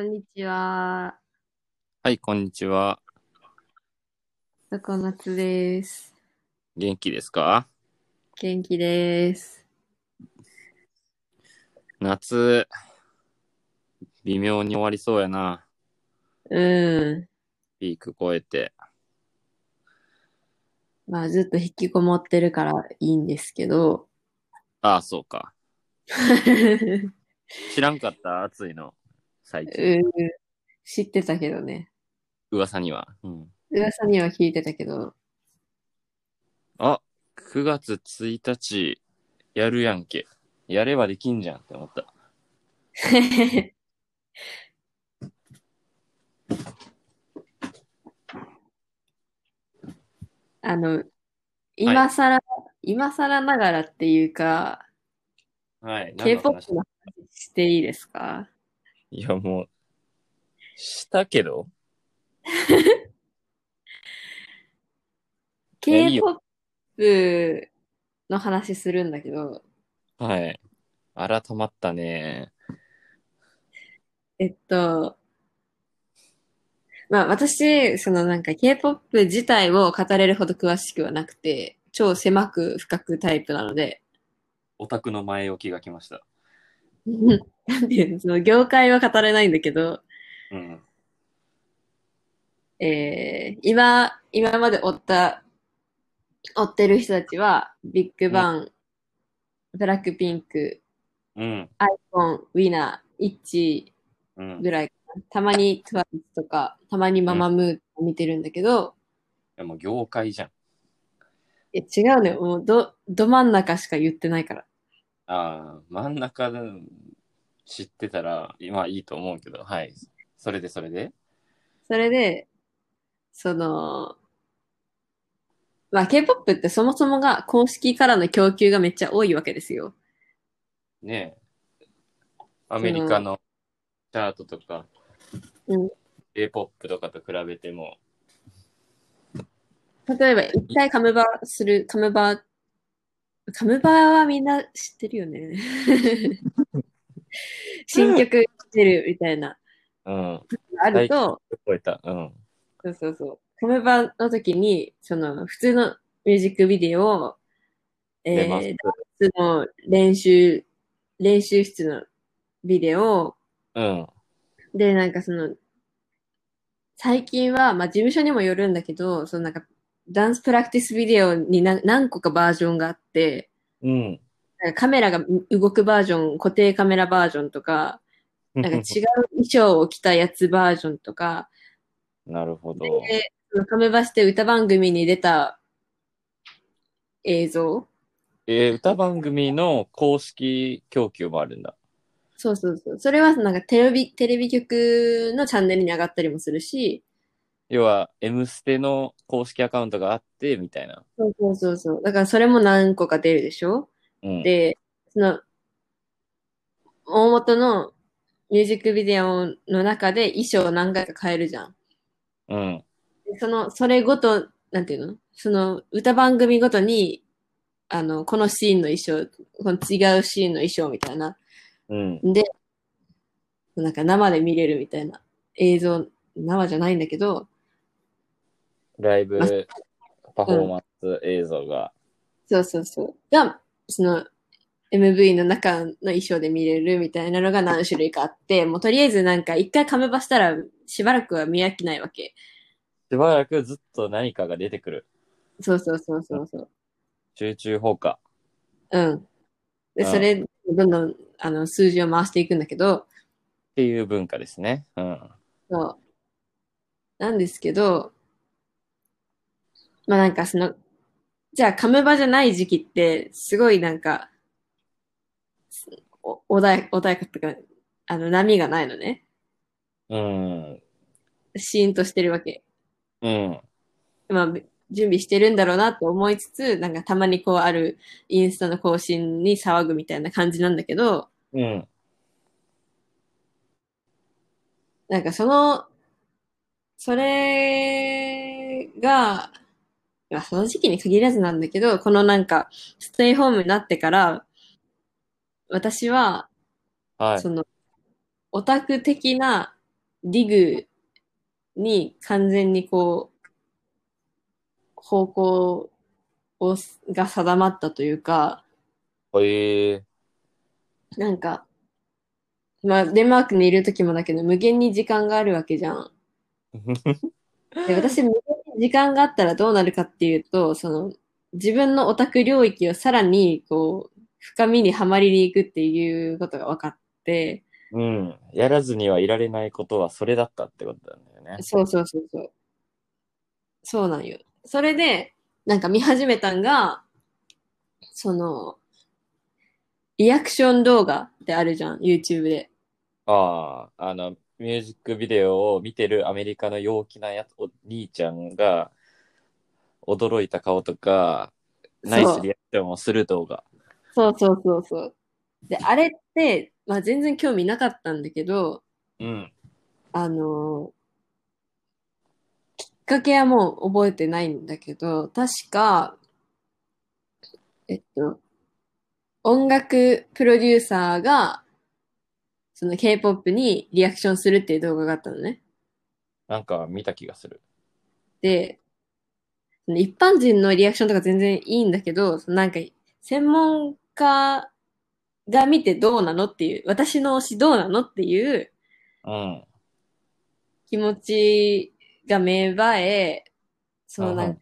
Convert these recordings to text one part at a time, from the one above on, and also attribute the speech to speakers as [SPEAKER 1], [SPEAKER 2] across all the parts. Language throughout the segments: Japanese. [SPEAKER 1] んにちは。
[SPEAKER 2] はい、こんにちは。
[SPEAKER 1] 常夏です。
[SPEAKER 2] 元気ですか
[SPEAKER 1] 元気です。
[SPEAKER 2] 夏、微妙に終わりそうやな。
[SPEAKER 1] う
[SPEAKER 2] ピーク超えて。
[SPEAKER 1] ん。まあ、ずっと引きこもってるからいいんですけど。
[SPEAKER 2] ああ、そうか。
[SPEAKER 1] うん。
[SPEAKER 2] 知らんかった、暑いの。最近。
[SPEAKER 1] 知ってたけどね。
[SPEAKER 2] 噂には。うん。
[SPEAKER 1] 噂には聞いてたけど。
[SPEAKER 2] あ、9月1日、やるやんけ。やればできんじゃんって思った。
[SPEAKER 1] あの、今更、今更ながらっていうか、
[SPEAKER 2] はい。何の話
[SPEAKER 1] K-POP の話していいですか
[SPEAKER 2] いや、もう、したけどやいい
[SPEAKER 1] ?K-POP の話するんだけど、
[SPEAKER 2] はい。改まったね。
[SPEAKER 1] えっと、まあ私、そのなんか K-POP 自体を語れるほど詳しくはなくて、超狭く深くタイプなので、
[SPEAKER 2] オタクの前置きが来ました。
[SPEAKER 1] なんていうの、その業界は語れないんだけど、
[SPEAKER 2] うん。
[SPEAKER 1] えー今、今まで追った、追ってる人たちは、ビッグバン、ブラックピンク、
[SPEAKER 2] うん。
[SPEAKER 1] アイコン、ウィナー、イッチ
[SPEAKER 2] うん。
[SPEAKER 1] ぐらいかな。たまに TWICE とか、たまにママムーを見てるんだけど、
[SPEAKER 2] いやもう業界じゃん。
[SPEAKER 1] え、違うね。もう、ど、ど真ん中しか言ってないから。
[SPEAKER 2] ああ、真ん中で知ってたら、まあいいと思うけど、はい。それでそれで
[SPEAKER 1] それで、その、まあ、K-POP ってそもそもが公式からの供給がめっちゃ多いわけですよ。
[SPEAKER 2] ねえアメリカのチャートとか、
[SPEAKER 1] うん
[SPEAKER 2] J-POP とかと比べても、
[SPEAKER 1] 例えば、一回カムバする、カムバ、カムバはみんな知ってるよね。 新曲出るみたいな、
[SPEAKER 2] うん、
[SPEAKER 1] あると、
[SPEAKER 2] 超えた。うん。
[SPEAKER 1] そうそうそう。カムバの時に、その、普通のミュージックビデオを、え
[SPEAKER 2] 出ます
[SPEAKER 1] ー、ダンスの練習、練習室のビデオ
[SPEAKER 2] うん。
[SPEAKER 1] で、なんかその、最近は、まあ事務所にもよるんだけど、そのなんか、ダンスプラクティスビデオにな何個かバージョンがあって、
[SPEAKER 2] うん。
[SPEAKER 1] なんかカメラが動くバージョン、固定カメラバージョンとか、なんか違う衣装を着たやつバージョンとか、
[SPEAKER 2] なるほど。
[SPEAKER 1] で、そのカメバスで歌番組に出た映像
[SPEAKER 2] えー歌番組の公式供給もあるんだ。
[SPEAKER 1] そうそうそう。それはなんかテレビ、テレビ局のチャンネルに上がったりもするし、
[SPEAKER 2] 要は、M ステの公式アカウントがあって、みたいな。
[SPEAKER 1] そうそうそうそう。だからそれも何個か出るでしょ
[SPEAKER 2] うん。
[SPEAKER 1] で、その、大元のミュージックビデオの中で衣装を何回か変えるじゃん。
[SPEAKER 2] うん。
[SPEAKER 1] でその、それごと、なんていうのその、歌番組ごとに、あの、このシーンの衣装、この違うシーンの衣装みたいな、
[SPEAKER 2] うん。
[SPEAKER 1] なんか生で見れるみたいな映像、生じゃないんだけど、
[SPEAKER 2] ライブパフォーマンス映像が。
[SPEAKER 1] そうそうそう。が、その MV の中の衣装で見れるみたいなのが何種類かあって、もうとりあえずなんか一回カムバしたらしばらくは見飽きないわけ。
[SPEAKER 2] しばらくずっと何かが出てくる。
[SPEAKER 1] そうそうそうそうそう。
[SPEAKER 2] 集中放火。
[SPEAKER 1] うん。で、
[SPEAKER 2] うん
[SPEAKER 1] それ、どんどんあの数字を回していくんだけど、
[SPEAKER 2] っていう文化ですね。うん。
[SPEAKER 1] そう。なんですけど、まあなんかその、じゃあカムバじゃない時期って、すごいなんか、お穏や穏やかっていうか、あの波がないのね。
[SPEAKER 2] うん。
[SPEAKER 1] シーンとしてるわけ。
[SPEAKER 2] うん。
[SPEAKER 1] まあ、準備してるんだろうなと思いつつ、なんかたまにこうあるインスタの更新に騒ぐみたいな感じなんだけど、
[SPEAKER 2] うん。
[SPEAKER 1] なんかその、それが、まあその時期に限らずなんだけど、このなんか、ステイホームになってから、私は、
[SPEAKER 2] はい
[SPEAKER 1] そ。の、オタク的なディグに完全にこう、方向をが定まったというか、
[SPEAKER 2] ええ
[SPEAKER 1] なんか、まあ、デンマークにいる時もだけど、無限に時間があるわけじゃん。で私、無限に時間があったらどうなるかっていうと、その、自分のオタク領域をさらに、こう、深みにはまりにいくっていうことが分かって、
[SPEAKER 2] うん。やらずにはいられないことはそれだったってことなんだよね。
[SPEAKER 1] そうそうそうそう。そうなんよ。それで、なんか見始めたんが、その、リアクション動画ってあるじゃん、YouTube で。
[SPEAKER 2] ああ、あの、ミュージックビデオを見てるアメリカの陽気なやつ、お兄ちゃんが驚いた顔とか、ナイスリアクションをする動画。
[SPEAKER 1] そうそうそうそう。で、あれって、まあ全然興味なかったんだけど、
[SPEAKER 2] うん。
[SPEAKER 1] あのーきっかけはもう覚えてないんだけど、確か、えっと、音楽プロデューサーが、その K-POP にリアクションするっていう動画があったのね。
[SPEAKER 2] なんか見た気がする。
[SPEAKER 1] で、その一般人のリアクションとか全然いいんだけど、そのなんか、専門家が見てどうなのっていう、私の推しどうなのっていう
[SPEAKER 2] うん。
[SPEAKER 1] 気持ちが芽生え、そのなんか、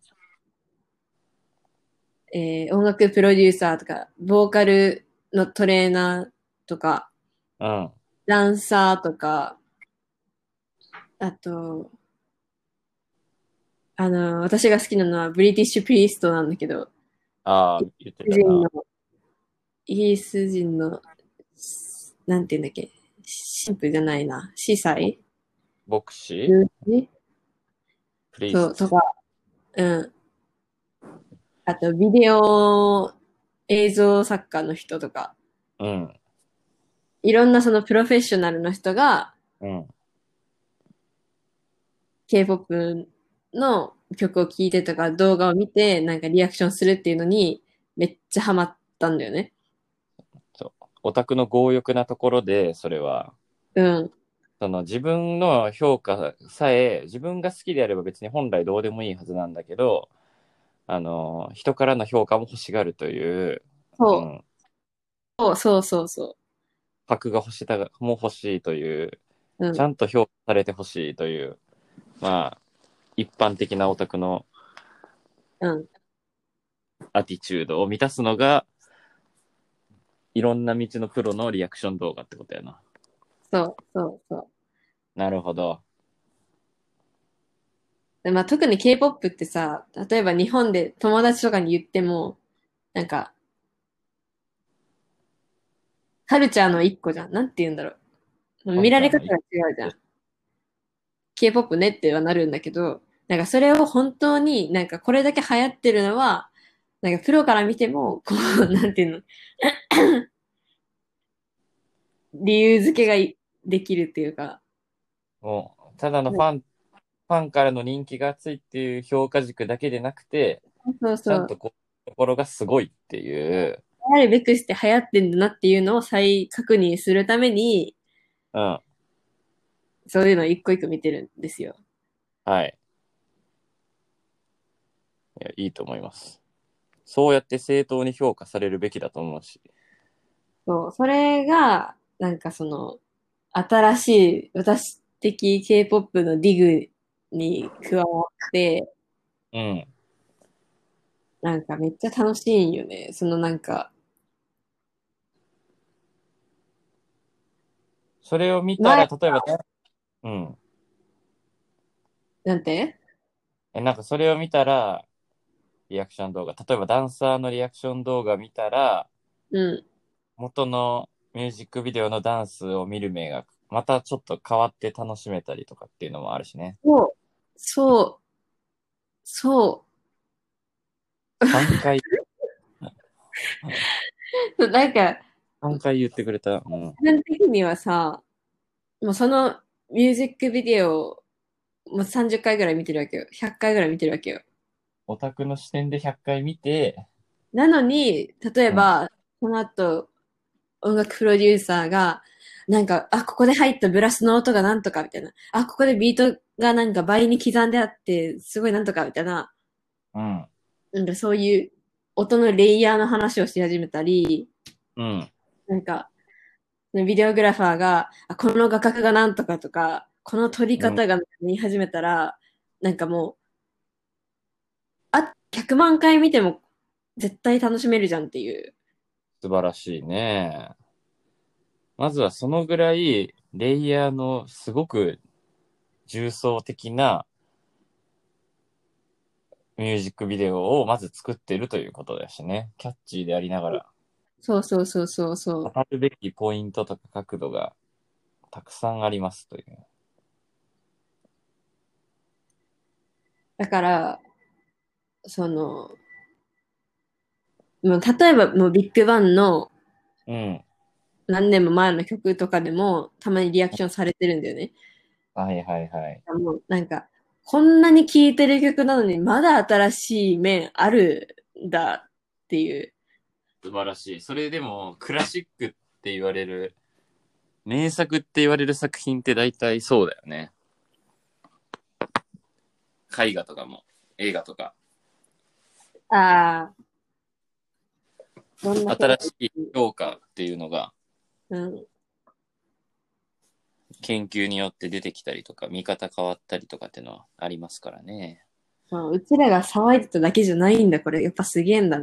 [SPEAKER 1] えー音楽プロデューサーとか、ボーカルのトレーナーとか、
[SPEAKER 2] うん。
[SPEAKER 1] ダンサーとか、あと、あの、私が好きなのはブリティッシュプリストなんだけど、
[SPEAKER 2] ああ、言って
[SPEAKER 1] イギ
[SPEAKER 2] た
[SPEAKER 1] リス人
[SPEAKER 2] な。
[SPEAKER 1] の、イギリス人の、なんて言うんだっけ、神父じゃないな、司祭
[SPEAKER 2] 牧師プリー
[SPEAKER 1] そう、
[SPEAKER 2] ズ
[SPEAKER 1] とか、うん。あと、ビデオ映像作家の人とか、
[SPEAKER 2] うん。
[SPEAKER 1] いろんなそのプロフェッショナルの人が
[SPEAKER 2] うん。
[SPEAKER 1] K-POP の曲を聴いてとか動画を見て、なんかリアクションするっていうのにめっちゃハマったんだよね。
[SPEAKER 2] オタクの強欲なところで、それは、
[SPEAKER 1] うん。
[SPEAKER 2] その自分の評価さえ、自分が好きであれば別に本来どうでもいいはずなんだけど、あの、人からの評価も欲しがるという、
[SPEAKER 1] そうう、
[SPEAKER 2] ん
[SPEAKER 1] そうそうそうそ
[SPEAKER 2] パクが欲したが、も欲しいという、
[SPEAKER 1] う。うん
[SPEAKER 2] ち。ゃんと評価されて欲しいという、まあ、一般的なオタクの
[SPEAKER 1] うん。
[SPEAKER 2] アティチュードを満たすのが、いろんな道のプロのリアクション動画ってことやな。
[SPEAKER 1] そうそうそう。
[SPEAKER 2] なるほど。
[SPEAKER 1] でまあ、特に K-POP ってさ、例えば日本で友達とかに言っても、なんか、カルチャーの一個じゃん。なんて言うんだろう。見られ方が違うじゃん。K-POP ねってはなるんだけど、なんかそれを本当になんかこれだけ流行ってるのは、なんかプロから見ても、こう、なんていう の、理由付けがいできるっていうか、
[SPEAKER 2] もう、ただのファン、ファンからの人気が厚いっていう評価軸だけでなくて、
[SPEAKER 1] そう
[SPEAKER 2] ち
[SPEAKER 1] そ
[SPEAKER 2] ゃん
[SPEAKER 1] う
[SPEAKER 2] と。こう、ところがすごいっていう、
[SPEAKER 1] 流行るべくして流行ってんだなっていうのを再確認するために、
[SPEAKER 2] うん、
[SPEAKER 1] そういうのを一個一個見てるんですよ。
[SPEAKER 2] はい。いや、いいと思います。そうやって正当に評価されるべきだと思うし。
[SPEAKER 1] そう。それが、なんかその、新しい、私的 K-POP のディグに加わって、
[SPEAKER 2] うん。
[SPEAKER 1] なんかめっちゃ楽しいんよね。そのなんか、
[SPEAKER 2] それを見たら、
[SPEAKER 1] 前
[SPEAKER 2] 例えば、うん。
[SPEAKER 1] なんて
[SPEAKER 2] え、なんかそれを見たら、リアクション動画。例えばダンサーのリアクション動画見たら、
[SPEAKER 1] うん。
[SPEAKER 2] 元のミュージックビデオのダンスを見る目が、またちょっと変わって楽しめたりとかっていうのもあるしね。
[SPEAKER 1] そう。そう。そ
[SPEAKER 2] 3回、
[SPEAKER 1] う。なんか、
[SPEAKER 2] 3回言ってくれた。うん。
[SPEAKER 1] 自分的にはさ、もうそのミュージックビデオをもう30回ぐらい見てるわけよ。100回ぐらい見てるわけよ。
[SPEAKER 2] オタクの視点で100回見て、
[SPEAKER 1] なのに、例えば、その後、音楽プロデューサーが、なんか、あ、ここで入ったブラスの音がなんとかみたいな。あ、ここでビートがなんか倍に刻んであって、すごいなんとかみたいな。
[SPEAKER 2] うん。
[SPEAKER 1] なんかそういう音のレイヤーの話をし始めたり、
[SPEAKER 2] うん。
[SPEAKER 1] なんか、ビデオグラファーが、あこの画角がなんとかとか、この撮り方が言い始めたら、なんかもう、あ、100万回見ても絶対楽しめるじゃんっていう。
[SPEAKER 2] 素晴らしいね。まずはそのぐらい、レイヤーのすごく重層的なミュージックビデオをまず作ってるということだしね。キャッチーでありながら、
[SPEAKER 1] そうそうそうそうそう。
[SPEAKER 2] 語るべきポイントとか角度がたくさんありますという。
[SPEAKER 1] だから、その、もう例えばもうビッグバンの
[SPEAKER 2] うん。
[SPEAKER 1] 何年も前の曲とかでもたまにリアクションされてるんだよね。
[SPEAKER 2] はいはいはい。
[SPEAKER 1] もうなんか、こんなに聴いてる曲なのにまだ新しい面あるんだっていう。
[SPEAKER 2] 素晴らしい。それでも、クラシックって言われる、名作って言われる作品って大体そうだよね。絵画とかも、映画とか、
[SPEAKER 1] ああ。どんな曲
[SPEAKER 2] 新しい評価っていうのが
[SPEAKER 1] うん。
[SPEAKER 2] 研究によって出てきたりとか、見方変わったりとかっていうのはありますからね。
[SPEAKER 1] まあうちらが騒いでただけじゃないんだ、これ。やっぱすげえんだ。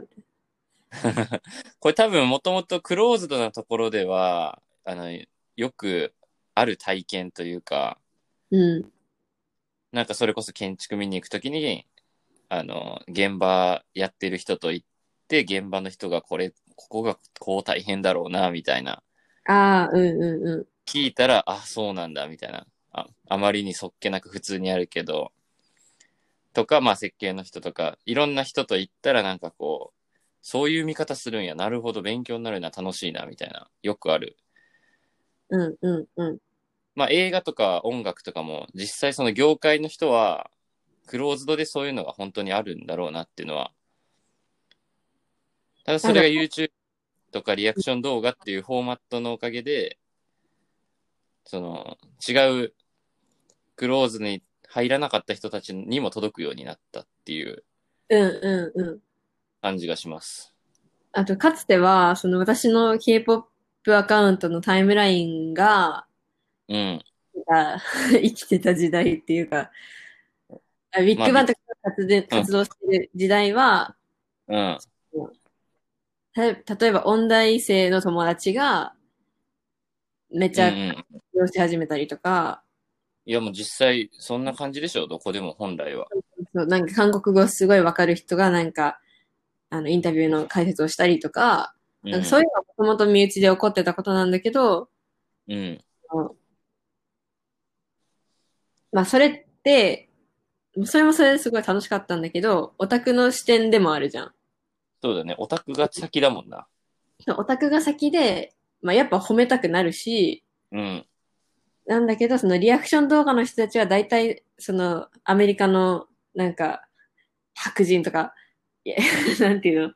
[SPEAKER 2] これ多分もともとクローズドなところでは、あの、よくある体験というか、
[SPEAKER 1] うん。
[SPEAKER 2] なんかそれこそ建築見に行くときに、あの、現場やってる人と行って、現場の人がこれ、ここがこう大変だろうな、みたいな。
[SPEAKER 1] ああ、うんうんう
[SPEAKER 2] 聞いたら、あ、そうなんだ、みたいな。ああまりにそっけなく普通にあるけど、とか、まあ設計の人とか、いろんな人と行ったらなんかこう、そういう見方するんや、なるほど、勉強になるな、楽しいな、みたいな。よくある。
[SPEAKER 1] ん。うんうんうん。
[SPEAKER 2] まあ、映画とか音楽とかも実際その業界の人はクローズドでそういうのが本当にあるんだろうなっていうのはただそれが YouTube とかリアクション動画っていうフォーマットのおかげでその違うクローズに入らなかった人たちにも届くようになったっていう
[SPEAKER 1] うんうんうん。
[SPEAKER 2] 感じがします
[SPEAKER 1] あと、かつては、その私の K-POP アカウントのタイムラインが、
[SPEAKER 2] うん
[SPEAKER 1] あ生きてた時代っていうか、あビッグバンとかが活動活動してる時代は、
[SPEAKER 2] うん
[SPEAKER 1] た例えば音大生の友達が、めち
[SPEAKER 2] うんう
[SPEAKER 1] ゃ
[SPEAKER 2] ん
[SPEAKER 1] 活動し始めたりとか、
[SPEAKER 2] いやもう実際そんな感じでしょどこでも本来は
[SPEAKER 1] そうなんか韓国語すごいわかる人がなんか、あの、インタビューの解説をしたりとか、
[SPEAKER 2] う
[SPEAKER 1] なん
[SPEAKER 2] ん
[SPEAKER 1] かそういうのはもともと身内で起こってたことなんだけど、
[SPEAKER 2] うん
[SPEAKER 1] まあそれって、それもそれですごい楽しかったんだけど、オタクの視点でもあるじゃん。
[SPEAKER 2] そうだねオタクが先だもんな
[SPEAKER 1] オタクが先で、まあ、やっぱ褒めたくなるし、
[SPEAKER 2] うん。
[SPEAKER 1] なんだけど、そのリアクション動画の人たちは大体、そのアメリカの、なんか、白人とか、いや なんていうの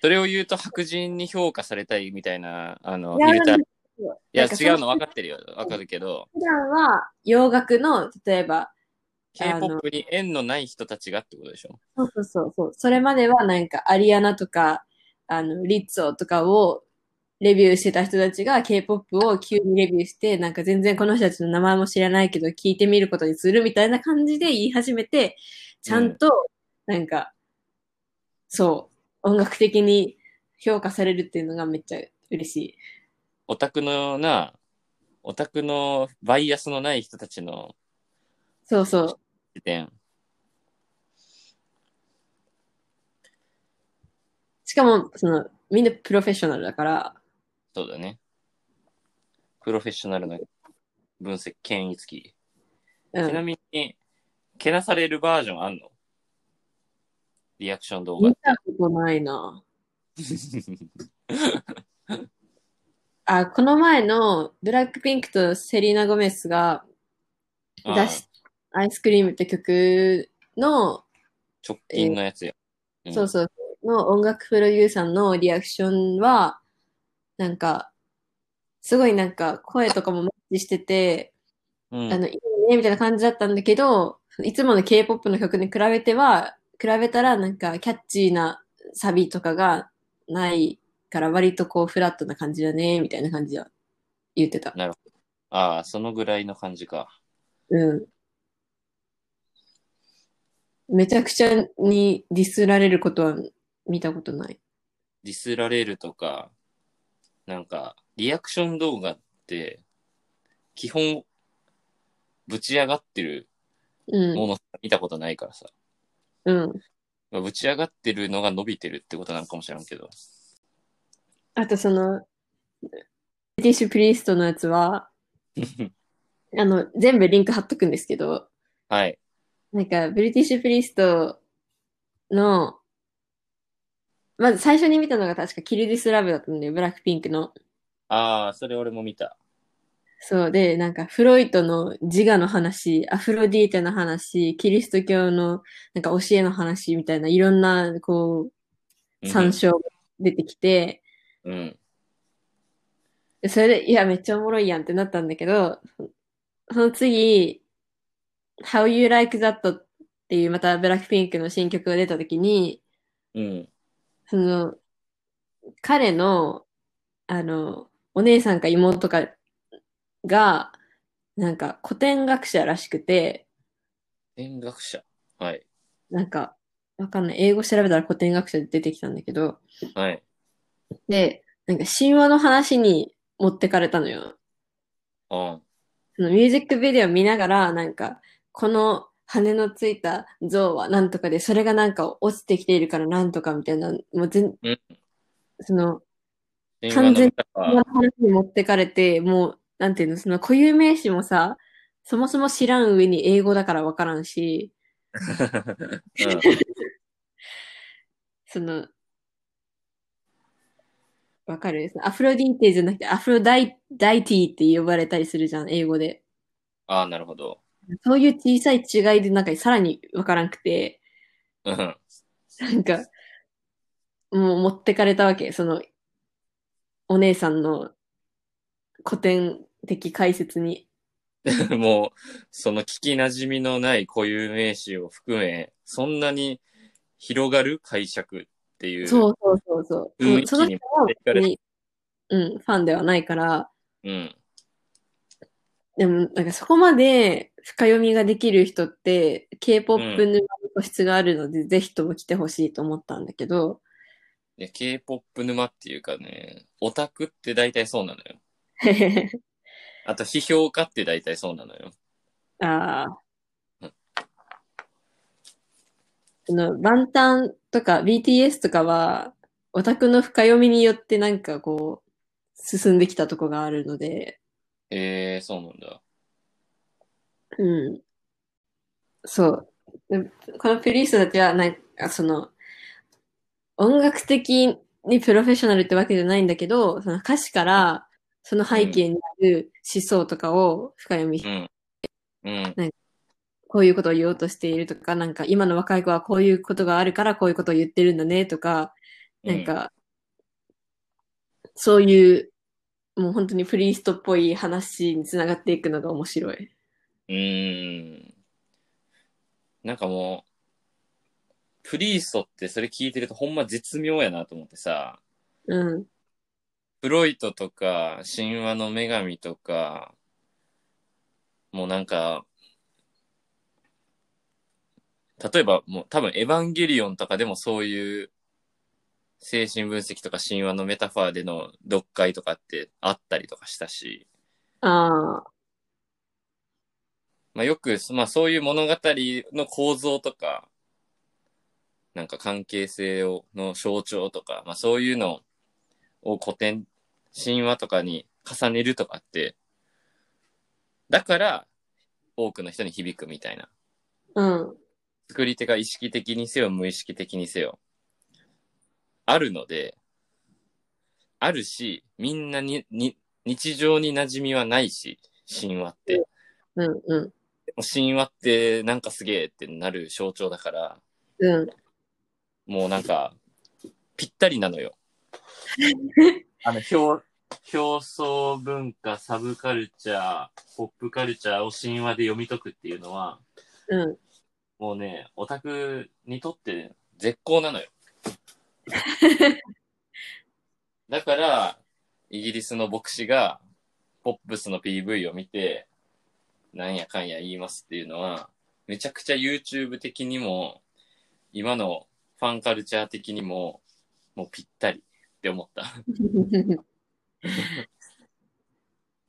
[SPEAKER 2] それを言うと白人に評価されたいみたいな、あの、
[SPEAKER 1] いや
[SPEAKER 2] フィルター。いや、
[SPEAKER 1] なんかそう
[SPEAKER 2] 違うの分かってるよ。分かるけど、
[SPEAKER 1] 普段は洋楽の、例えば、 あの
[SPEAKER 2] K-POP に縁のない人たちがってことでしょ。
[SPEAKER 1] そうそうそうそう、それまではなんかアリアナとか、あの、リッツォとかをレビューしてた人たちが K-POP を急にレビューして、なんか全然この人たちの名前も知らないけど聞いてみることにするみたいな感じで言い始めて、ちゃんと、なんか、そう、音楽的に評価されるっていうのがめっちゃ嬉しい。
[SPEAKER 2] オタクのような、オタクのバイアスのない人たちの
[SPEAKER 1] そうそう。
[SPEAKER 2] 視点。
[SPEAKER 1] しかも、その、みんなプロフェッショナルだから、
[SPEAKER 2] そうだね。プロフェッショナルな分析、権威付き。
[SPEAKER 1] う。
[SPEAKER 2] ちなんみに、けなされるバージョンあんのリアクション動 画
[SPEAKER 1] 見。たことないな。あ、この前のブラックピンクとセリーナ・ゴメスが出
[SPEAKER 2] ああ
[SPEAKER 1] し、アイスクリームって曲の、
[SPEAKER 2] 直近のやつや。うん
[SPEAKER 1] そうそう、の音楽プロデューサーのリアクションは、なんか、すごいなんか声とかもマッチしてて、
[SPEAKER 2] うん。
[SPEAKER 1] あの、いいね、みたいな感じだったんだけど、いつもの K-POP の曲に比べては、比べたらなんかキャッチーなサビとかがないから、割とこうフラットな感じだね、みたいな感じは言ってた。
[SPEAKER 2] ああ、そのぐらいの感じか。
[SPEAKER 1] うん。めちゃくちゃにディスられることは見たことない。
[SPEAKER 2] ディスられるとか、なんか、リアクション動画って、基本、ぶち上がってる
[SPEAKER 1] うん。
[SPEAKER 2] もの見たことないからさ。
[SPEAKER 1] うん。
[SPEAKER 2] まあぶち上がってるのが伸びてるってことなんかもしれんけど。
[SPEAKER 1] あとその、ブリティッシュプリーストのやつは、あの、全部リンク貼っとくんですけど、
[SPEAKER 2] はい。
[SPEAKER 1] なんか、ブリティッシュプリーストの、まず最初に見たのが確かキルディスラブだったんで、ブラックピンクの。
[SPEAKER 2] ああ、それ俺も見た。
[SPEAKER 1] そうで、なんかフロイトの自我の話、アフロディーテの話、キリスト教のなんか教えの話みたいないろんな、こう、参照が出てきて、
[SPEAKER 2] うん。
[SPEAKER 1] でそれで、いや、めっちゃおもろいやんってなったんだけど、その次、How You Like That っていうまたブラックピンクの新曲が出た時に、
[SPEAKER 2] うん。
[SPEAKER 1] その、彼の、あの、お姉さんか妹かが、なんか古典学者らしくて、
[SPEAKER 2] 見学者。はい。
[SPEAKER 1] なんか、わかんない。英語調べたら古典学者で出てきたんだけど、
[SPEAKER 2] はい。
[SPEAKER 1] で、なんか神話の話に持ってかれたのよ。
[SPEAKER 2] うん。
[SPEAKER 1] そのミュージックビデオ見ながら、なんか、この羽のついた像はなんとかで、それがなんか落ちてきているからなんとかみたいな、もう全
[SPEAKER 2] うん、
[SPEAKER 1] その、
[SPEAKER 2] 完
[SPEAKER 1] 完
[SPEAKER 2] 全
[SPEAKER 1] 全
[SPEAKER 2] は
[SPEAKER 1] 話に持ってかれて、もう、なんていうの、その固有名詞もさ、そもそも知らん上に英語だからわからんし、 その、わかるアフロディーテじゃなくて、アフロダイダイティって呼ばれたりするじゃん、英語で。
[SPEAKER 2] ああ、なるほど。
[SPEAKER 1] そういう小さい違いで、なんかさらにわからんくて、
[SPEAKER 2] うん。
[SPEAKER 1] なんか、もう持ってかれたわけ。その、お姉さんの古典的解説に。
[SPEAKER 2] もう、その聞き馴染みのない固有名詞を含め、そんなに広がる解釈っていう。
[SPEAKER 1] そうそうそうそう。
[SPEAKER 2] 雰
[SPEAKER 1] う
[SPEAKER 2] 囲気に
[SPEAKER 1] んその人は
[SPEAKER 2] 持っていかれ
[SPEAKER 1] 別に、うん、ファンではないから、
[SPEAKER 2] うん。
[SPEAKER 1] でも、なんかそこまで深読みができる人って、K-POP の個室があるので、ぜひとも来てほしいと思ったんだけど、
[SPEAKER 2] いや、K-POP 沼っていうかね、オタクって大体そうなのよ。あと、批評家って大体そうなのよ。
[SPEAKER 1] ああ。その、バンタンとか BTS とかは、オタクの深読みによってなんかこう、進んできたとこがあるので、
[SPEAKER 2] ええー、そうなんだ。
[SPEAKER 1] うん。そう。でこのプリーストたちは、なんか、その、音楽的にプロフェッショナルってわけじゃないんだけど、その歌詞から、その背景にある思想とかを深読み、
[SPEAKER 2] うん。うん。
[SPEAKER 1] こういうことを言おうとしているとか、なんか、今の若い子はこういうことがあるから、こういうことを言ってるんだね、とか、なんか、そういう、もう本当にプリーストっぽい話につながっていくのが面白い。
[SPEAKER 2] うーん。なんかもう、プリーストってそれ聞いてるとほんま絶妙やなと思ってさ、
[SPEAKER 1] うん。
[SPEAKER 2] フロイトとか、神話の女神とか、もうなんか、例えばもう多分エヴァンゲリオンとかでもそういう精神分析とか神話のメタファーでの読解とかってあったりとかしたし、
[SPEAKER 1] ああ、
[SPEAKER 2] まあ、よく、まあ、そういう物語の構造とか、なんか関係性をの象徴とか、まあ、そういうのを古典、神話とかに重ねるとかって、だから多くの人に響くみたいな。
[SPEAKER 1] うん。
[SPEAKER 2] 作り手が意識的にせよ、無意識的にせよ。あるので、あるし、みんなに、に、日常に馴染みはないし、神話って。
[SPEAKER 1] うんうん。
[SPEAKER 2] 神話ってなんかすげえってなる象徴だから、
[SPEAKER 1] うん。
[SPEAKER 2] もうなんか、ぴったりなのよ。あの、表、表層文化、サブカルチャー、ポップカルチャーを神話で読み解くっていうのは、
[SPEAKER 1] うん。
[SPEAKER 2] もうね、オタクにとって絶好なのよ。だから、イギリスの牧師が、ポップスの PV を見て、なんやかんや言いますっていうのは、めちゃくちゃ YouTube 的にも、今のファンカルチャー的にも、もうぴったりって思った。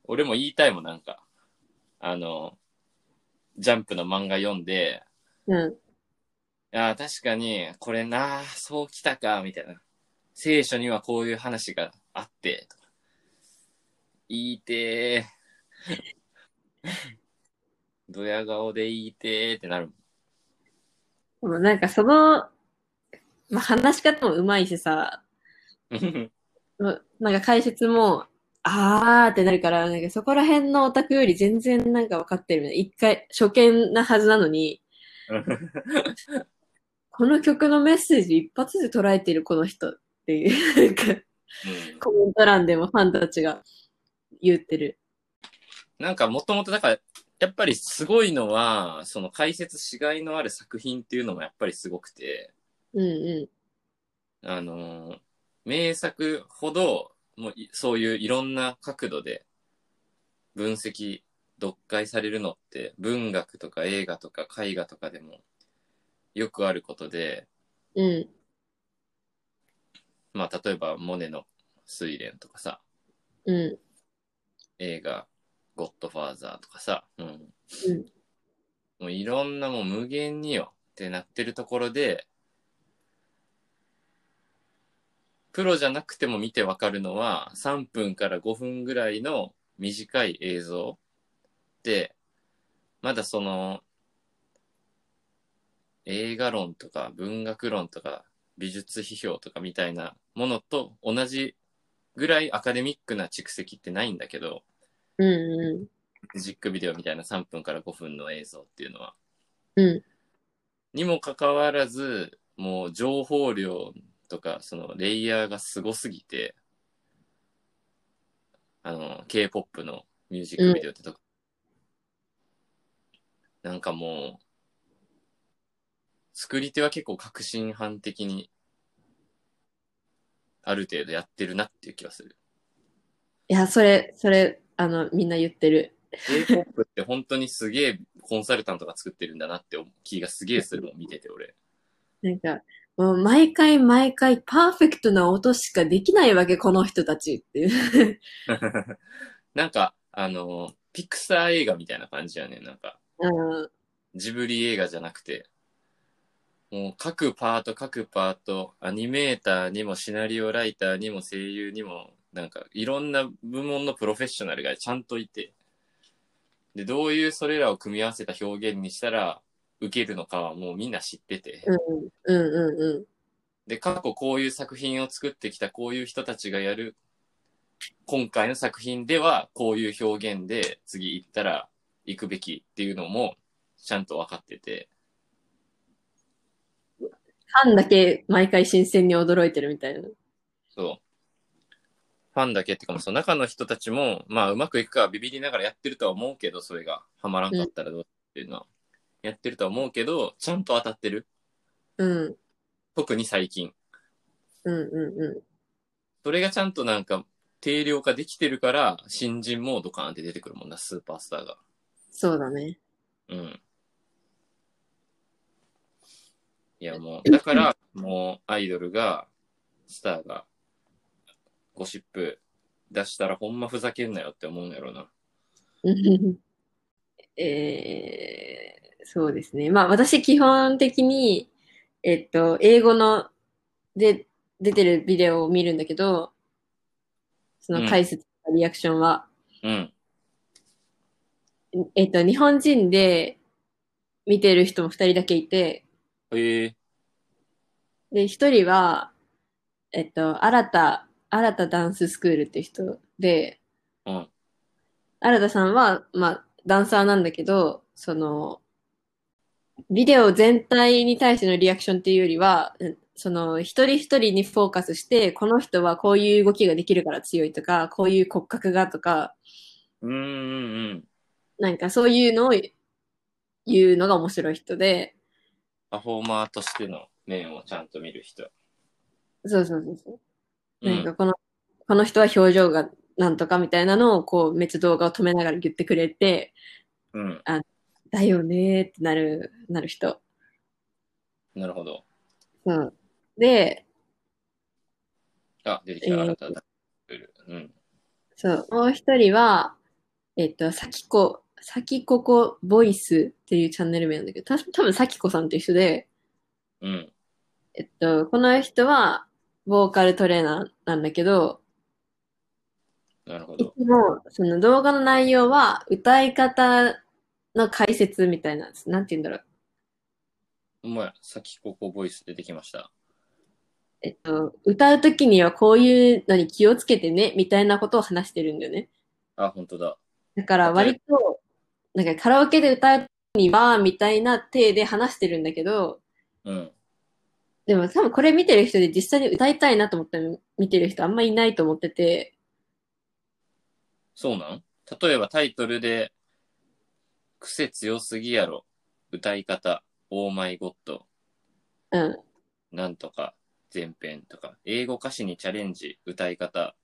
[SPEAKER 2] 俺も言いたいもんなんか、あの、ジャンプの漫画読んで、
[SPEAKER 1] うん。
[SPEAKER 2] ああ、確かに、これな、そうきたか、みたいな。聖書にはこういう話があって、とか。言いてー。 ドヤ顔で言いてーってなるもん。
[SPEAKER 1] でもなんかその、まあ、話し方もうまいしさ、もうなんか解説も、あーってなるから、なんかそこら辺のオタクより全然なんか分かってるみたいな。一回、初見なはずなのに、この曲のメッセージ一発で捉えてるこの人っていう、なんか
[SPEAKER 2] うん
[SPEAKER 1] コメント欄でもファンたちが言ってる。
[SPEAKER 2] なんかもともと、だから、やっぱりすごいのは、その解説しがいのある作品っていうのもやっぱりすごくて、
[SPEAKER 1] うんう
[SPEAKER 2] あのー名作ほど、もういそういういろんな角度で分析、読解されるのって、文学とか映画とか絵画とかでもよくあることで、
[SPEAKER 1] ん。うん。
[SPEAKER 2] まあ、例えば、モネの睡蓮とかさ、
[SPEAKER 1] う
[SPEAKER 2] 映画、ゴッドファーザーとかさ、うん。
[SPEAKER 1] ん。うん。
[SPEAKER 2] もういろんなもう無限によってなってるところで、プロじゃなくても見てわかるのは3分から5分ぐらいの短い映像で、まだその映画論とか文学論とか美術批評とかみたいなものと同じぐらいアカデミックな蓄積ってないんだけど、
[SPEAKER 1] うん。
[SPEAKER 2] ミュージックビデオみたいな3分から5分の映像っていうのは。
[SPEAKER 1] うん
[SPEAKER 2] にもかかわらず、もう情報量とか、そのレイヤーがすごすぎて、あの、K-POP のミュージックビデオってとこ、なんかもう、作り手は結構革新派的に、ある程度やってるなっていう気がする。
[SPEAKER 1] いや、それ、それ、あの、みんな言ってる。
[SPEAKER 2] K-POP って本当にすげえコンサルタントが作ってるんだなって思う気がすげえするもん、見てて俺。
[SPEAKER 1] なんか、もう毎回毎回パーフェクトな音しかできないわけ、この人たちっていう。
[SPEAKER 2] なんか、あの、ピクサー映画みたいな感じやねなんか、
[SPEAKER 1] うん。
[SPEAKER 2] ジブリ映画じゃなくて、もう各パート各パート、アニメーターにもシナリオライターにも声優にも、なんかいろんな部門のプロフェッショナルがちゃんといて、で、どういうそれらを組み合わせた表現にしたら、受けるのかはもうみんな知ってて。
[SPEAKER 1] うんうんう
[SPEAKER 2] で、過去こういう作品を作ってきたこういう人たちがやる、今回の作品ではこういう表現で次行ったら行くべきっていうのもちゃんと分かってて、
[SPEAKER 1] ん。ファンだけ毎回新鮮に驚いてるみたいな。
[SPEAKER 2] そう。ファンだけってかも、その中の人たちも、まあうまくいくかはビビりながらやってるとは思うけど、それがハマらんかったらどうっていうのは、やってるとは思うけど、ちゃんと当たってる。
[SPEAKER 1] うん。
[SPEAKER 2] 特に最近。
[SPEAKER 1] うんうんう
[SPEAKER 2] それがちゃんとなんか定量化できてるから、新人モードカーンって出てくるもんな、スーパースターが。
[SPEAKER 1] ん。そうだね。
[SPEAKER 2] うん。いやもう、だから、もうアイドルが、スターが、ゴシップ出したらほんまふざけんなよって思うんやろうな。
[SPEAKER 1] えー、そうですね。まあ私基本的に、えっと、英語ので出てるビデオを見るんだけど、その解説とかリアクションは。
[SPEAKER 2] うん。
[SPEAKER 1] えっと、日本人で見てる人も2人だけいて、
[SPEAKER 2] へえ
[SPEAKER 1] で、1人は、えっと、新た、新たダンススクールって人で、
[SPEAKER 2] うん。
[SPEAKER 1] 新田さんは、まあ、ダンサーなんだけど、その、ビデオ全体に対してのリアクションっていうよりは、うんその、一人一人にフォーカスして、この人はこういう動きができるから強いとか、こういう骨格がとか、
[SPEAKER 2] うんうんうん。
[SPEAKER 1] なんかそういうのを言うのが面白い人で、
[SPEAKER 2] パフォーマーとしての面をちゃんと見る人。
[SPEAKER 1] そうそうそうそう。
[SPEAKER 2] う
[SPEAKER 1] なんか
[SPEAKER 2] ん、
[SPEAKER 1] この、この人は表情がなんとかみたいなのを、こう、めっちゃ動画を止めながら言ってくれて、
[SPEAKER 2] うん。
[SPEAKER 1] だよねーってなる、なる人。
[SPEAKER 2] なるほど。
[SPEAKER 1] うん。で、
[SPEAKER 2] あ、出てきた。
[SPEAKER 1] えー
[SPEAKER 2] 新たなルール。うん。
[SPEAKER 1] そう、もう一人は、えっと、さきこ、さきここボイスっていうチャンネル名なんだけど、た多分さきこさんと一緒で、
[SPEAKER 2] うん。
[SPEAKER 1] えっと、この人は、ボーカルトレーナーなんだけど、
[SPEAKER 2] なるほ
[SPEAKER 1] い
[SPEAKER 2] ど。
[SPEAKER 1] つも、その動画の内容は、歌い方の解説みたいなんです。なんて言うんだろう。
[SPEAKER 2] お前、さっきここボイス出てきました。
[SPEAKER 1] えっと、歌うときにはこういうのに気をつけてね、みたいなことを話してるんだよね。
[SPEAKER 2] あ、本当だ。
[SPEAKER 1] だから割と、なんかカラオケで歌うときには、みたいな体で話してるんだけど、
[SPEAKER 2] うん。
[SPEAKER 1] でも多分これ見てる人で実際に歌いたいなと思って見てる人あんまいないと思ってて、
[SPEAKER 2] そうなん例えばタイトルで、癖強すぎやろ。歌い方、オーマイゴッド、
[SPEAKER 1] うん、
[SPEAKER 2] なんとか、前編とか、英語歌詞にチャレンジ、歌い方、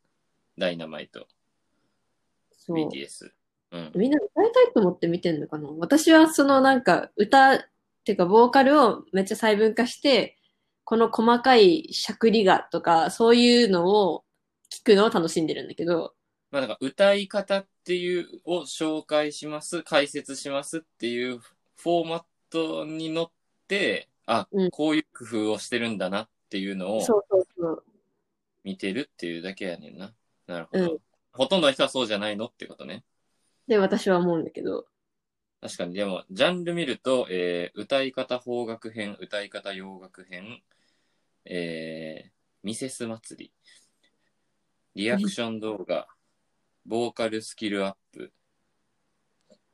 [SPEAKER 2] ダイナマイト、
[SPEAKER 1] そう。
[SPEAKER 2] BTS。うん。
[SPEAKER 1] みんな歌いたいと思って見てんのかな私はそのなんか歌、っていうかボーカルをめっちゃ細分化して、この細かいしゃくりがとか、そういうのを聞くのを楽しんでるんだけど、
[SPEAKER 2] まあなんか歌い方っていうを紹介します、解説しますっていうフォーマットに乗って、あ、
[SPEAKER 1] うん
[SPEAKER 2] こういう工夫をしてるんだなっていうのを
[SPEAKER 1] そうそうそう。
[SPEAKER 2] 見てるっていうだけやねんな。なるほ
[SPEAKER 1] う
[SPEAKER 2] ど。ほとんどの人はそうじゃないのってことね。
[SPEAKER 1] で、私は思うんだけど。
[SPEAKER 2] 確かに、でも、ジャンル見ると、えー歌い方邦楽編、歌い方洋楽編、えーミセス祭り、リアクション動画、ボーカルスキルアップ、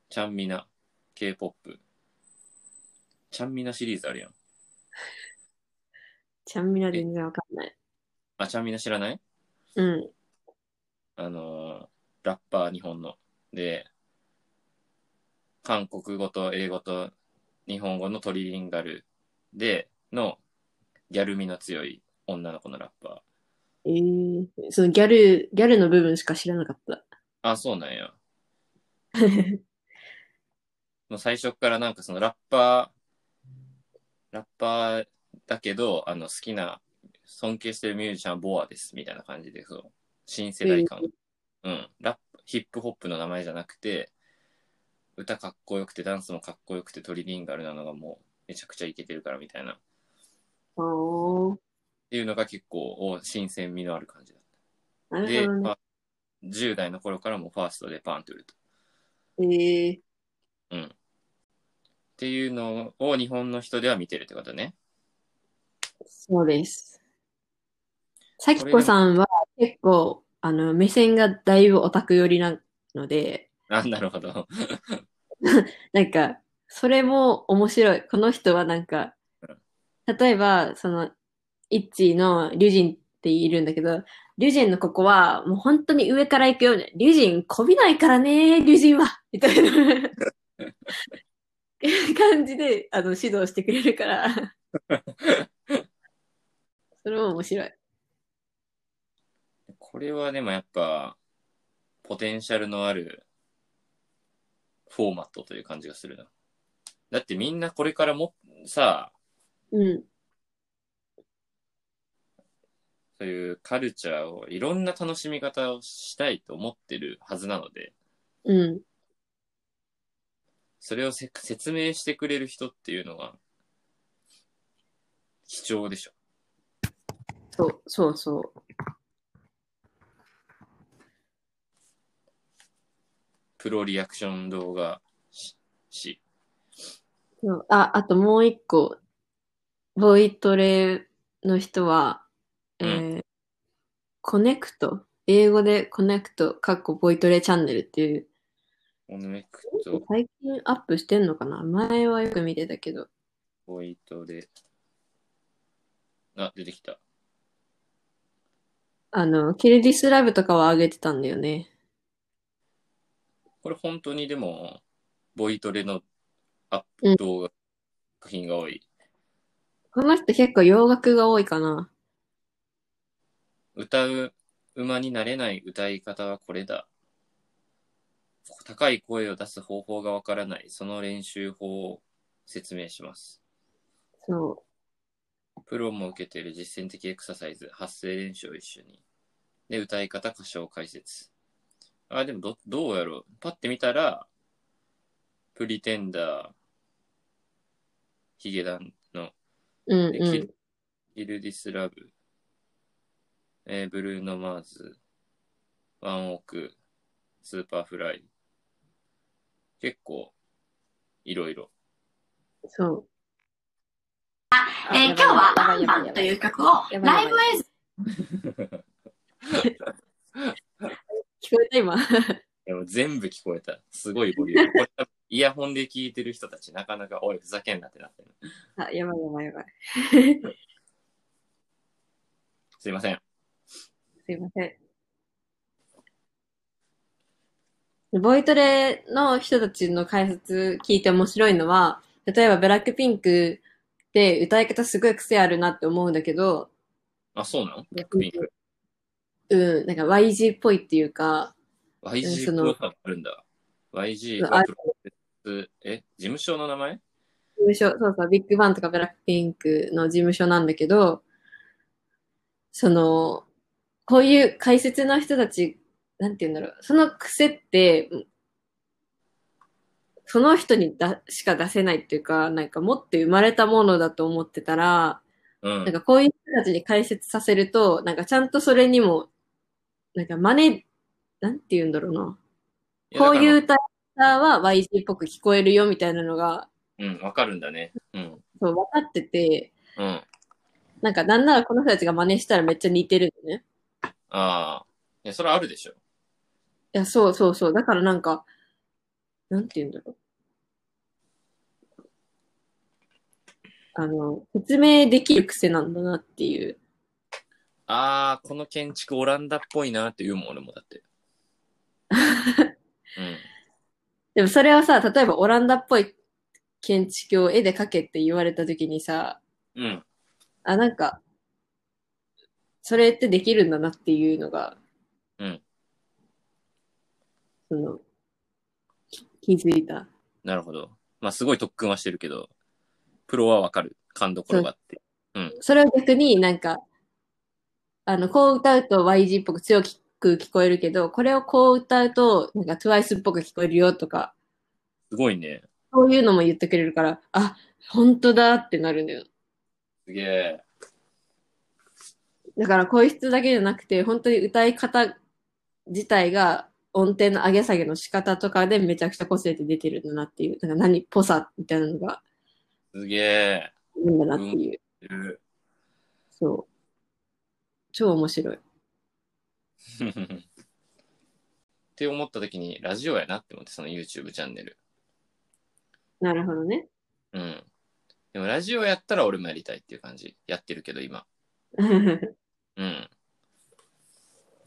[SPEAKER 2] ちゃんみな、K-POP、ちゃんみなシリーズあるやん。
[SPEAKER 1] ちゃんみな全然わかんない。
[SPEAKER 2] あ、ちゃんみな知らない
[SPEAKER 1] うん。
[SPEAKER 2] あのーラッパー日本の。で、韓国語と英語と日本語のトリリンガルで、のギャル味の強い女の子のラッパ
[SPEAKER 1] えー、そのギャル、ギャルの部分しか知らなかった。
[SPEAKER 2] ー。あ、そうなんや。 もう最初っからなんかそのラッパー、ラッパーだけど、あの好きな、尊敬してるミュージシャンボアです、みたいな感じで、そう。新世代感
[SPEAKER 1] えー
[SPEAKER 2] うん、ラップ、ヒップホップの名前じゃなくて、歌かっこよくて、ダンスもかっこよくて、トリリンガルなのがもうめちゃくちゃイケてるからみたいな。っ
[SPEAKER 1] あー
[SPEAKER 2] ていうのが結構お新鮮味のある感じだっ
[SPEAKER 1] な
[SPEAKER 2] た。
[SPEAKER 1] る
[SPEAKER 2] で、
[SPEAKER 1] ほどね
[SPEAKER 2] まあ、10代の頃からもファーストでパンと売ると。
[SPEAKER 1] え
[SPEAKER 2] うん。っていうのを日本の人では見てるってことね。
[SPEAKER 1] ー、そうです。さきこさんは結構、あの、目線がだいぶオタク寄りなので、
[SPEAKER 2] あ、なるほど。
[SPEAKER 1] なんか、それも面白い。この人はなんか、例えば、その、イッチーのリュジンっているんだけど、リュジンのここは、もう本当に上から行くように、リュジンこびないからね、リュジンはみたいな感じで、あの、指導してくれるから。それも面白い。
[SPEAKER 2] これはでもやっぱ、ポテンシャルのあるフォーマットという感じがするな。だってみんなこれからも、さ、
[SPEAKER 1] うん。
[SPEAKER 2] そういうカルチャーをいろんな楽しみ方をしたいと思ってるはずなので、
[SPEAKER 1] うん。
[SPEAKER 2] それをせ説明してくれる人っていうのが貴重でしょ。
[SPEAKER 1] そう、そうそう。
[SPEAKER 2] プロリアクション動画し、し
[SPEAKER 1] そうあ、あともう一個、ボイトレの人は、
[SPEAKER 2] うん
[SPEAKER 1] えーコネクト、英語でコネクト、かっこボイトレチャンネルっていう、
[SPEAKER 2] オネクト、
[SPEAKER 1] 最近アップしてんのかな前はよく見てたけど、
[SPEAKER 2] ボイトレ、あ、出てきた。
[SPEAKER 1] あの、キルディスラブとかは上げてたんだよね。
[SPEAKER 2] これ本当にでも、ボイトレのアッ
[SPEAKER 1] うん
[SPEAKER 2] プ動画、作品が多い。
[SPEAKER 1] この人結構洋楽が多いかな。
[SPEAKER 2] 歌う馬になれない歌い方はこれだ。高い声を出す方法がわからない。その練習法を説明します。
[SPEAKER 1] そ
[SPEAKER 2] プロも受けている実践的エクササイズ、発声練習を一緒に。で、歌い方、歌唱解説。あ、でもど、どうやろう。パッて見たら、プリテンダー、ヒゲダンの
[SPEAKER 1] う。うん
[SPEAKER 2] でキ
[SPEAKER 1] う
[SPEAKER 2] ルキルディスラブ、えーブルーノ・マーズ、ワンオーク、スーパーフライ。結構、いろいろ。
[SPEAKER 1] ん。そう。
[SPEAKER 3] えー今日は「バンバン」という曲を
[SPEAKER 1] やばいやばい
[SPEAKER 3] ライブ映像
[SPEAKER 1] 聞こえた今。
[SPEAKER 2] でも全部聞こえた。すごいボリューム。これ多分イヤホンで聞いてる人たち、なかなか、おい、ふざけんなってなってる。
[SPEAKER 1] あ、やばいやばいやばい。
[SPEAKER 2] すいません。
[SPEAKER 1] すいません。ボイトレの人たちの解説聞いて面白いのは、例えばブラックピンクで歌い方すごい癖あるなって思うんだけど、
[SPEAKER 2] あ、そうなのブラックピンク。
[SPEAKER 1] うん、なんか YG っぽいっていうか、
[SPEAKER 2] YG
[SPEAKER 1] その
[SPEAKER 2] プロファイルあるんだ。YG
[SPEAKER 1] あ
[SPEAKER 2] はプロセス、え、事務所の名前
[SPEAKER 1] 事務所、そうそう、ビッグバンとかブラックピンクの事務所なんだけど、その、こういう解説の人たち、なんて言うんだろう、その癖って、その人にだしか出せないっていうか、なんか持って生まれたものだと思ってたら、
[SPEAKER 2] う
[SPEAKER 1] なん
[SPEAKER 2] ん。
[SPEAKER 1] かこういう人たちに解説させると、なんかちゃんとそれにも、なんか真似、なんて言うんだろうな。こういう
[SPEAKER 2] う。
[SPEAKER 1] 歌い方は YG っぽく聞こえるよみたいなのが、
[SPEAKER 2] うん、わかるんだね。うん。
[SPEAKER 1] そう、分かってて、
[SPEAKER 2] うん。
[SPEAKER 1] なんか、なんならこの人たちが真似したらめっちゃ似てるのね。
[SPEAKER 2] ああ。いや、それあるでしょ。
[SPEAKER 1] いや、そうそうそう。だからなんか、なんて言うんだろう。あの、説明できる癖なんだなっていう。
[SPEAKER 2] ああ、この建築オランダっぽいなって言うもん、俺も だって。うん。
[SPEAKER 1] でもそれはさ、例えばオランダっぽい建築を絵で描けって言われた時にさ、
[SPEAKER 2] うん。
[SPEAKER 1] あ、なんか、それってできるんだなっていうのが、
[SPEAKER 2] うん。
[SPEAKER 1] その、き気づいた。
[SPEAKER 2] なるほど。まあ、すごい特訓はしてるけど、プロはわかる。勘どころがあって。
[SPEAKER 1] それは逆になんか、あの、こう歌うと YG っぽく強く聞こえるけど、これをこう歌うと、なんか TWICE っぽく聞こえるよとか、
[SPEAKER 2] すごいね。
[SPEAKER 1] そういうのも言ってくれるから、あ、本当だってなるんだよ。
[SPEAKER 2] すげえ。
[SPEAKER 1] だから、声質だけじゃなくて、本当に歌い方自体が音程の上げ下げの仕方とかでめちゃくちゃ個性って出てるんだなっていう、なんか何っぽさみたいなのが
[SPEAKER 2] すげえ。
[SPEAKER 1] いるんだなっていう、
[SPEAKER 2] うん
[SPEAKER 1] そう。超面白い。
[SPEAKER 2] って思った時に、ラジオやなって思って、その YouTube チャンネル。
[SPEAKER 1] なるほどね。
[SPEAKER 2] うん。でもラジオやったら俺もやりたいっていう感じ。やってるけど今。うん。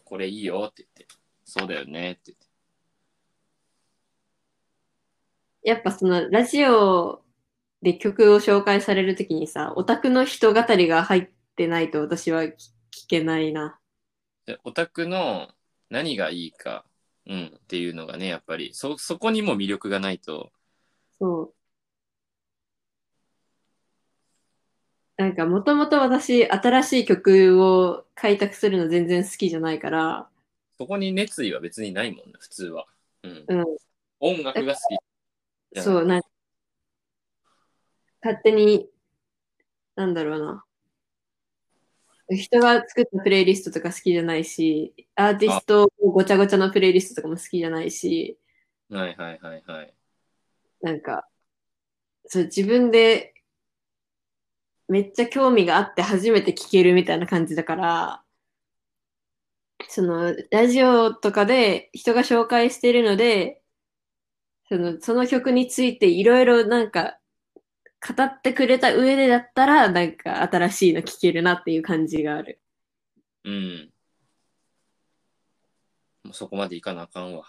[SPEAKER 2] これいいよって言って。そうだよねって言って。
[SPEAKER 1] やっぱそのラジオで曲を紹介されるときにさ、オタクの人語りが入ってないと私は聞聞けないな。
[SPEAKER 2] で、オタクの何がいいか、うん、っていうのがね、やっぱり、そ、そこにも魅力がないと、
[SPEAKER 1] そう。なんかもともと私、新しい曲を開拓するの全然好きじゃないから、
[SPEAKER 2] そこに熱意は別にないもんね、普通は。うん。
[SPEAKER 1] うん
[SPEAKER 2] 音楽が好き。いや
[SPEAKER 1] そう、なん勝手に、なんだろうな。人が作ったプレイリストとか好きじゃないし、アーティストをごちゃごちゃのプレイリストとかも好きじゃないし、
[SPEAKER 2] はいはいはいはい。
[SPEAKER 1] なんか、そう、自分で、めっちゃ興味があって初めて聞けるみたいな感じだから、その、ラジオとかで人が紹介してるので、その、その曲についていろいろなんか、語ってくれた上でだったら、なんか新しいの聞けるなっていう感じがある。
[SPEAKER 2] うん。もうそこまでいかなあかんわ。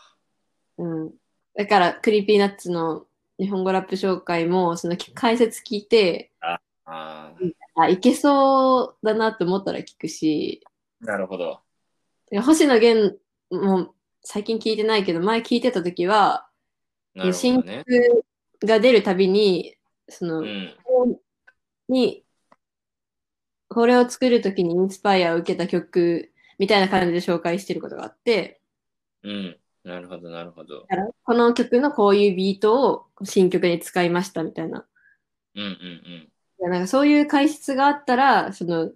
[SPEAKER 1] うん。だから、クリーピーナッツの日本語ラップ紹介も、その解説聞いて、
[SPEAKER 2] あ
[SPEAKER 1] あ、いけそうだなと思ったら聞くし、
[SPEAKER 2] あ、なるほど。
[SPEAKER 1] てか星野源も最近聞いてないけど、前聞いてた時は、
[SPEAKER 2] なるほどね。
[SPEAKER 1] が出るたびに、その、
[SPEAKER 2] うん。
[SPEAKER 1] に、これを作るときにインスパイアを受けた曲みたいな感じで紹介してることがあって、
[SPEAKER 2] うん。なるほど、なるほど。
[SPEAKER 1] この曲のこういうビートを新曲に使いましたみたいな。
[SPEAKER 2] うんうんうん。
[SPEAKER 1] いやなんかそういう解説があったら、その、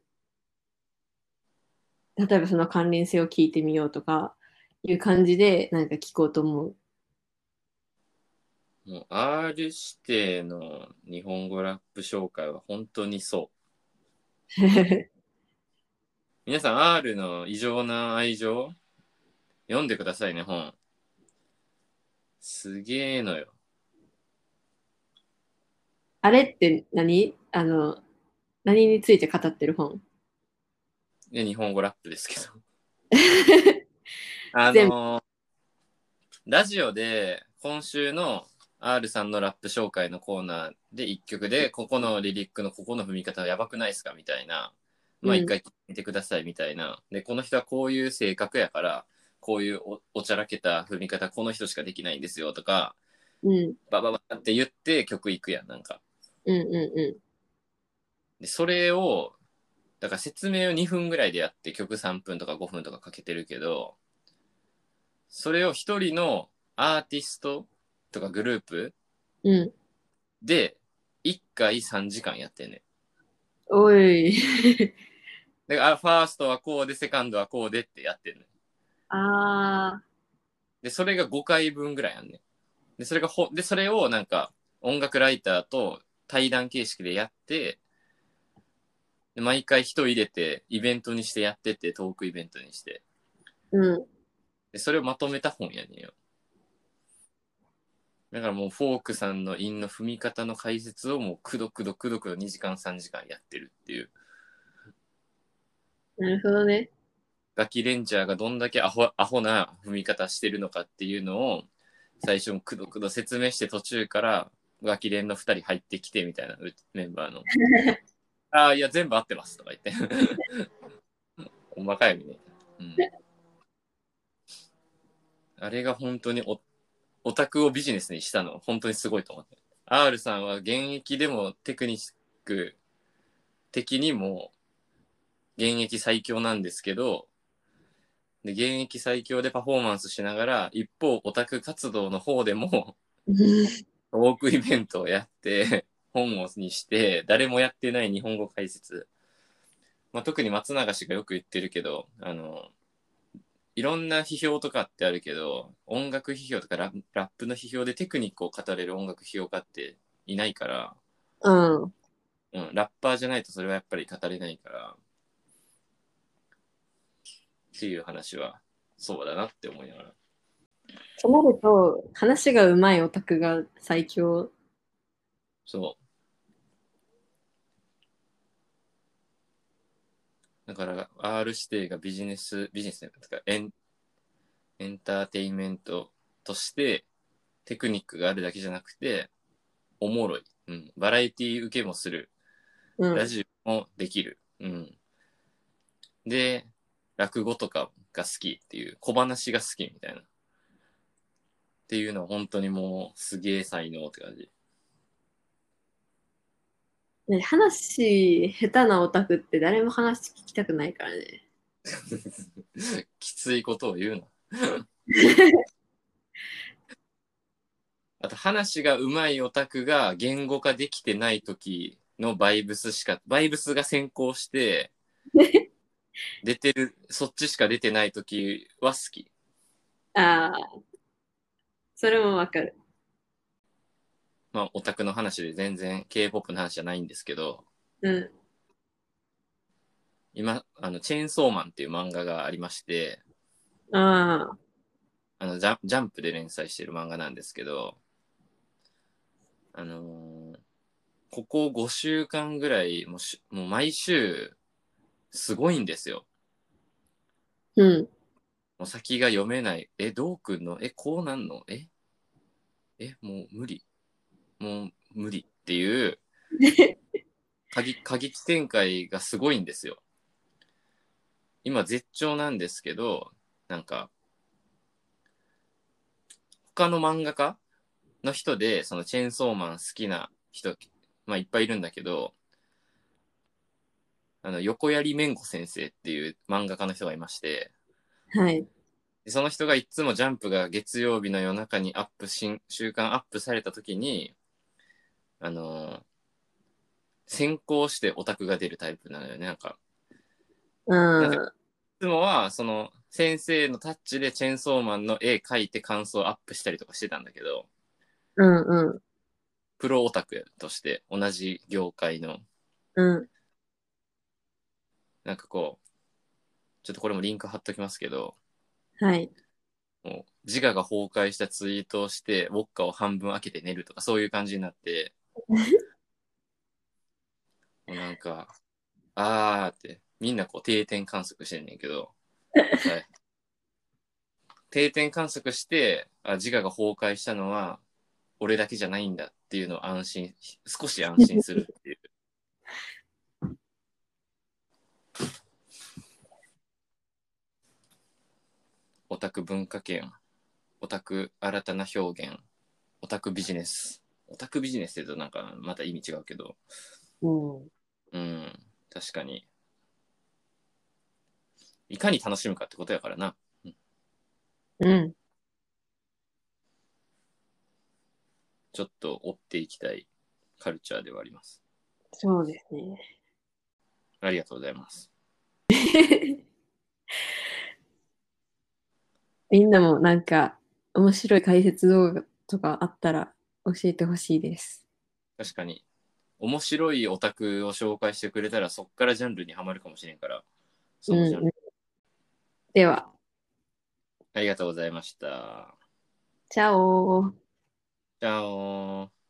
[SPEAKER 1] 例えばその関連性を聞いてみようとかいう感じで、なんか聞こうと思う。
[SPEAKER 2] もう R 指定の日本語ラップ紹介は本当にそう。皆さん R の異常な愛情読んでくださいね、本。すげえのよ。
[SPEAKER 1] あれって何あの、何について語ってる本
[SPEAKER 2] で、日本語ラップですけど。あ
[SPEAKER 1] 全
[SPEAKER 2] の、ラジオで今週の R さんのラップ紹介のコーナーで一曲で、ここのリリックのここの踏み方はやばくないですかみたいな。まあ
[SPEAKER 1] うん
[SPEAKER 2] 一回聞いてくださいみたいな。で、この人はこういう性格やから、こういうおおちゃらけた踏み方、この人しかできないんですよとか、
[SPEAKER 1] うん、
[SPEAKER 2] ババババって言って曲いくやん、なんか。
[SPEAKER 1] うん、うん、う
[SPEAKER 2] で、それを、だから説明を2分ぐらいでやって曲3分とか5分とかかけてるけど、それを一人のアーティストとかグループ
[SPEAKER 1] ん。うん。
[SPEAKER 2] で1回3時間やってんねん。
[SPEAKER 1] おい。
[SPEAKER 2] だからあファーストはこうで、セカンドはこうでってやってんねん。
[SPEAKER 1] あ
[SPEAKER 2] で、それが5回分ぐらいあんねん。で、それがほ、で、それをなんか音楽ライターと対談形式でやって、で毎回人入れてイベントにしてやってて、トークイベントにして。
[SPEAKER 1] ー、うん。
[SPEAKER 2] で、それをまとめた本やねんよ。だからもうフォークさんの韻の踏み方の解説をもうくどくどくどくど2時間3時間やってるっていう。
[SPEAKER 1] なるほどね。
[SPEAKER 2] ガキレンジャーがどんだけアホアホな踏み方してるのかっていうのを最初にくどくど説明して途中からガキレンの2人入ってきてみたいなうメンバーの。ああ、いや全部合ってますとか言って。 おまかやみね。うん、あれが本当におオタクをビジネスにしたの本当にすごいと思って。R さんは現役でもテクニック的にも現役最強なんですけど、で、現役最強でパフォーマンスしながら、一方、オタク活動の方でも、 トークイベントをやって、本をにして、誰もやってない日本語解説。まあ、特に松永氏がよく言ってるけど、あの、いろんな批評とかってあるけど、音楽批評とかララップの批評でテクニックを語れる音楽批評家っていないから、
[SPEAKER 1] うん。
[SPEAKER 2] うん、ラッパーじゃないとそれはやっぱり語れないから、っていう話は、そうだなって思いながら。
[SPEAKER 1] となると、話がうまいオタクが最強。
[SPEAKER 2] そう。だから、R 指定がビジネス、ビジネスねとかエン、エンターテインメントとして、テクニックがあるだけじゃなくて、おもろい。うん。バラエティ受けもする。
[SPEAKER 1] う
[SPEAKER 2] ラ
[SPEAKER 1] ん。
[SPEAKER 2] ジオもできる。うん。で、落語とかが好きっていう、小話が好きみたいな。っていうのは本当にもうすげえ才能って感じ。
[SPEAKER 1] ね話下手なオタクって誰も話聞きたくないからね。
[SPEAKER 2] きついことを言うな。あと話がうまいオタクが言語化できてない時のバイブスしか、バイブスが先行して、出てる、そっちしか出てない時は好き。
[SPEAKER 1] ああ。それもわかる。
[SPEAKER 2] まあオタクの話で全然 K-POP の話じゃないんですけど、
[SPEAKER 1] うん。
[SPEAKER 2] 今、あの、チェーンソーマンっていう漫画がありまして、
[SPEAKER 1] ああ。
[SPEAKER 2] あのジャン、ジャンプで連載してる漫画なんですけど、あのーここ5週間ぐらい、もうしもう毎週、すごいんですよ。
[SPEAKER 1] うん。
[SPEAKER 2] もう先が読めない。え、どうくんのえ、こうなんのええ、もう無理。もう無理っていう、過激過激展開がすごいんですよ。今絶頂なんですけど、なんか、他の漫画家の人で、そのチェーンソーマン好きな人、まあいっぱいいるんだけど、あの、横槍めんこ先生っていう漫画家の人がいまして、
[SPEAKER 1] はい。
[SPEAKER 2] でその人がいつもジャンプが月曜日の夜中にアップしん、週間アップされた時に、あのー先行してオタクが出るタイプなのよね。なんか、
[SPEAKER 1] うん。
[SPEAKER 2] いつもは、その、先生のタッチでチェーンソーマンの絵描いて感想アップしたりとかしてたんだけど、
[SPEAKER 1] うんうん。
[SPEAKER 2] プロオタクとして同じ業界の、
[SPEAKER 1] うん。
[SPEAKER 2] なんかこう、ちょっとこれもリンク貼っときますけど、
[SPEAKER 1] はい。
[SPEAKER 2] もう自我が崩壊したツイートをして、ウォッカを半分開けて寝るとか、そういう感じになって、もうなんか、あーって、みんなこう定点観測してんねんけど、はい定点観測してあ、自我が崩壊したのは、俺だけじゃないんだっていうのを安心、少し安心するっていう。オタク文化圏、オタク新たな表現、オタクビジネス。オタクビジネスって言うとなんかまた意味違うけど、
[SPEAKER 1] うん。
[SPEAKER 2] うん、確かに。いかに楽しむかってことやからな。
[SPEAKER 1] うん。
[SPEAKER 2] ちょっと追っていきたいカルチャーではあります。
[SPEAKER 1] そうですね。
[SPEAKER 2] ありがとうございます。
[SPEAKER 1] みんなもなんか面白い解説動画とかあったら教えてほしいです。
[SPEAKER 2] 確かに、面白いオタクを紹介してくれたら、そっからジャンルにはまるかもしれんから、そのジャンル
[SPEAKER 1] うんうんでは、
[SPEAKER 2] ありがとうございました。
[SPEAKER 1] チャオ
[SPEAKER 2] じゃあおー。